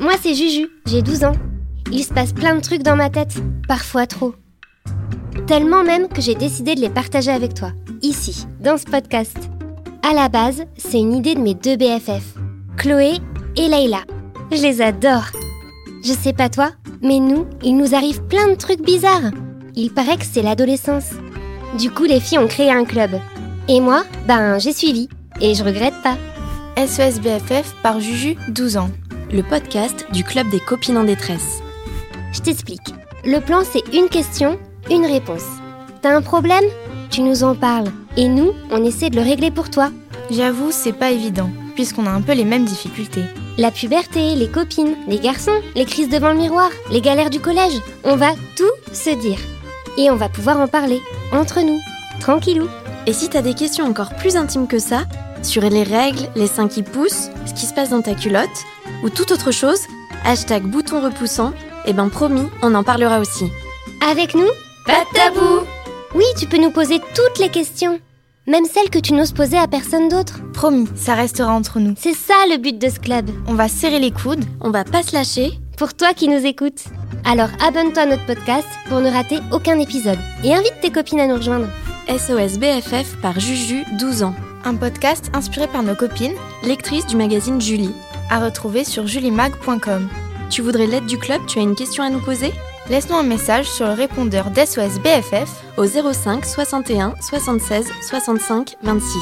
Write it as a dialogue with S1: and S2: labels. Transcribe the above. S1: Moi, c'est Juju, j'ai 12 ans. Il se passe plein de trucs dans ma tête, parfois trop. Tellement même que j'ai décidé de les partager avec toi, ici, dans ce podcast. À la base, c'est une idée de mes deux BFF, Chloé et Leïla. Je les adore. Je sais pas toi, mais nous, il nous arrive plein de trucs bizarres. Il paraît que c'est l'adolescence. Du coup, les filles ont créé un club. Et moi, ben, j'ai suivi. Et je regrette pas.
S2: SOS BFF par Juju, 12 ans.
S3: le podcast du Club des copines en détresse.
S1: Je t'explique. Le plan, c'est une question, une réponse. T'as un problème Tu nous en parles. Et nous, on essaie de le régler pour toi.
S2: J'avoue, c'est pas évident, puisqu'on a un peu les mêmes difficultés.
S1: La puberté, les copines, les garçons, les crises devant le miroir, les galères du collège. On va tout se dire. Et on va pouvoir en parler, entre nous, tranquillou.
S3: Et si t'as des questions encore plus intimes que ça, sur les règles, les seins qui poussent, ce qui se passe dans ta culotte, ou toute autre chose, hashtag bouton repoussant, et ben promis, on en parlera aussi.
S1: Avec nous
S2: Pas de tabou
S1: Oui, tu peux nous poser toutes les questions. Même celles que tu n'oses poser à personne d'autre.
S2: Promis, ça restera entre nous.
S1: C'est ça le but de ce club.
S2: On va serrer les coudes.
S3: On va pas se lâcher,
S1: pour toi qui nous écoutes. Alors abonne-toi à notre podcast pour ne rater aucun épisode et invite tes copines à nous rejoindre.
S3: SOS BFF par Juju, 12 ans,
S2: Un podcast inspiré par nos copines,
S3: lectrice du magazine Julie.
S2: à retrouver sur julimag.com.
S3: Tu voudrais l'aide du club Tu as une question à nous poser
S2: Laisse-nous un message sur le répondeur d'SOS BFF
S3: Au 05 61 76 65 26.